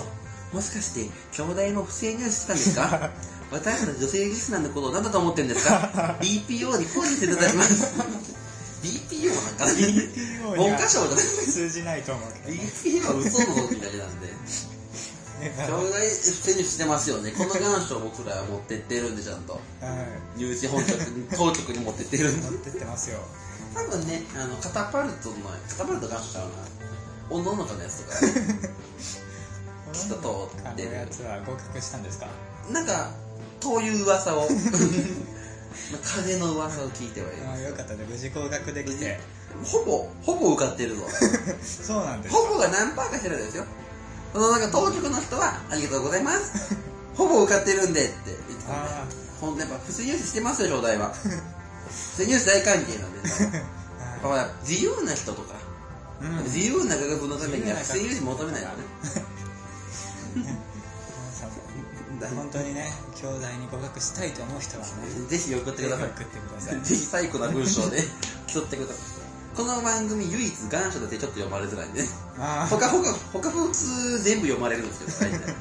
Speaker 1: もしかして、兄弟も不正入手したんですか私たち女性リスナーのことを何だと思ってるんですか ?BPO に抗議していただきます。BPO なんかな
Speaker 2: BPO に
Speaker 1: 文
Speaker 2: は
Speaker 1: 科省じゃない
Speaker 2: 通じないと思うけど
Speaker 1: BPO は嘘のみたいなんで。
Speaker 2: ね
Speaker 1: 兄弟手にしてますよね。この願書を僕らは持ってってるんで、ちゃんと。
Speaker 2: はい
Speaker 1: 入試本局に、当局に持ってってるんで
Speaker 2: 持。ってってますよ
Speaker 1: 多分ね、あの、カタパルトの、カタパルト願書ちゃうな。女の子のやつとかね、きっと通
Speaker 2: あ
Speaker 1: っ
Speaker 2: の
Speaker 1: てる
Speaker 2: や。つは合格したんですか
Speaker 1: なんか、という噂を、風の噂を聞いてはい
Speaker 2: あ
Speaker 1: ま
Speaker 2: あ
Speaker 1: す。
Speaker 2: よかったで無事合格できて
Speaker 1: ほぼ、ほぼ受かってるぞ。
Speaker 2: そうなんです
Speaker 1: ほぼが何パーかしてるんですよ。そのなんか当局の人は、ありがとうござい ます。ほぼ受かってるんでって言ってたんで
Speaker 2: あ。
Speaker 1: ほんとやっぱ、普通入試してますよ、兄弟 は。普通入試大歓迎なんで。
Speaker 2: あ
Speaker 1: ほら、自由な人とか、
Speaker 2: うん皆
Speaker 1: 自由な科学のためには普
Speaker 2: 自
Speaker 1: 通
Speaker 2: 由
Speaker 1: 入試求めないからね。
Speaker 2: さんも本当にね兄弟に合格したいと思う人はね
Speaker 1: ぜひ送って
Speaker 2: ぜひ
Speaker 1: くだ
Speaker 2: 送
Speaker 1: さい。
Speaker 2: ってください
Speaker 1: ぜひ最古な文章で 競ってください。この番組唯一願書だけちょっと読まれづらいんで、ね、
Speaker 2: あー
Speaker 1: 他他他普通全部読まれるんですけど、大体。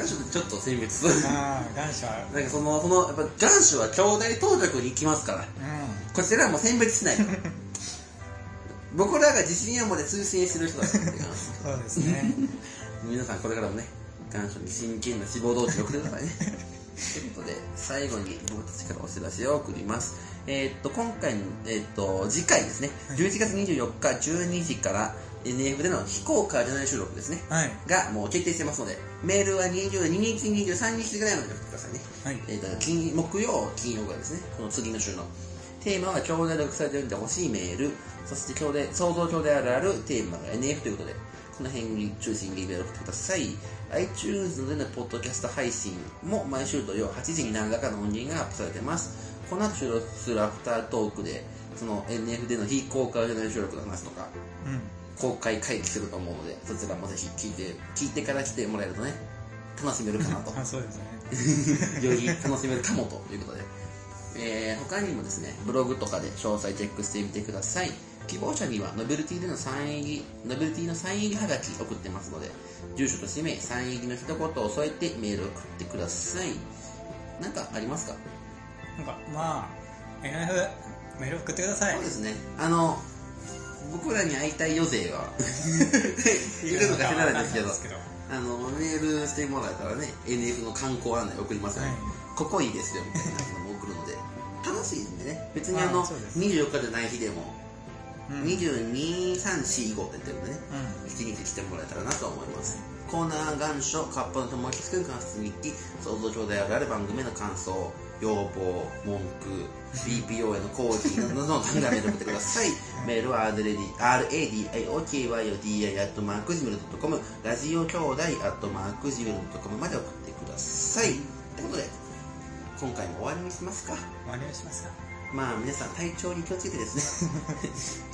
Speaker 1: 願書でちょっと選別。
Speaker 2: あー願書は
Speaker 1: なんかその、その、やっぱ願書は兄弟当局に行きますから、
Speaker 2: う
Speaker 1: こちらはもう選別しないから。 僕らが自信を持って通信する人だって願書
Speaker 2: んそうですね
Speaker 1: 皆さんこれからもね願書に真剣な志望動機を送ってくださいねということで最後に僕たちからお知らせを送りますえーっと今回のえーっと次回ですね11月24日12時から NF での非公開じゃない収録ですね
Speaker 2: はい
Speaker 1: がもう決定してますのでメールは22日23日ぐらいまで送ってくださいね
Speaker 2: はい
Speaker 1: えー、と金木曜、金曜がですね、この次の週の。テーマは兄弟独裁で読んでほしいメール、そして兄弟、想像兄弟あるある、テーマが NF ということで、この辺に中心にメールを送ってください。iTunes でのポッドキャスト配信も毎週土曜8時に何らかの音源がアップされてます。この後収録するアフタートークで、その NF での非公開じゃない収録の話とか、
Speaker 2: うん
Speaker 1: 公開会議すると思うので、そちらもぜひ聞いて、聞いてから来てもらえるとね、楽しめるかなと。
Speaker 2: あそうですね
Speaker 1: より楽しめるかもということで、えー他にもですねブログとかで詳細チェックしてみてください希望者にはノベルティでのサイン入りノベルティのサイン入りはがき送ってますので住所と氏名サイン入りの一言を添えてメールを送ってくださいなんかありますか
Speaker 2: なんかまあ NF メール送ってください
Speaker 1: そうですねあの僕らに会いたい余勢はいるのか知らないですけど
Speaker 2: ど
Speaker 1: あのメールしてもらえたらね NF の観光案内送りますよね、
Speaker 2: はい
Speaker 1: ここいいですよみたいなのも送るので楽しいんでね別にあの
Speaker 2: あそうです
Speaker 1: 24日じゃない日でも
Speaker 2: うん
Speaker 1: 22345って言ってるんでね
Speaker 2: う
Speaker 1: 一日来てもらえたらなと思いますコーナー願書カッパの友達作る観察日記想像兄弟あるある番組への感想要望文句 BPO への抗議などなどの考えを送ってくだ さいメールは radiokyodi.gmail.com ラジオ兄弟 .gmail.com まで送ってくださいということで今回も終わりにしますか
Speaker 2: ん終わりにしますか
Speaker 1: まあ皆さん体調に気をつけて ですね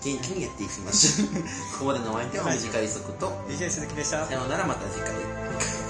Speaker 1: 元気にやっていきましょうここまでのお相手は短い速と
Speaker 2: DJ 鈴木でした
Speaker 1: さようならまた次回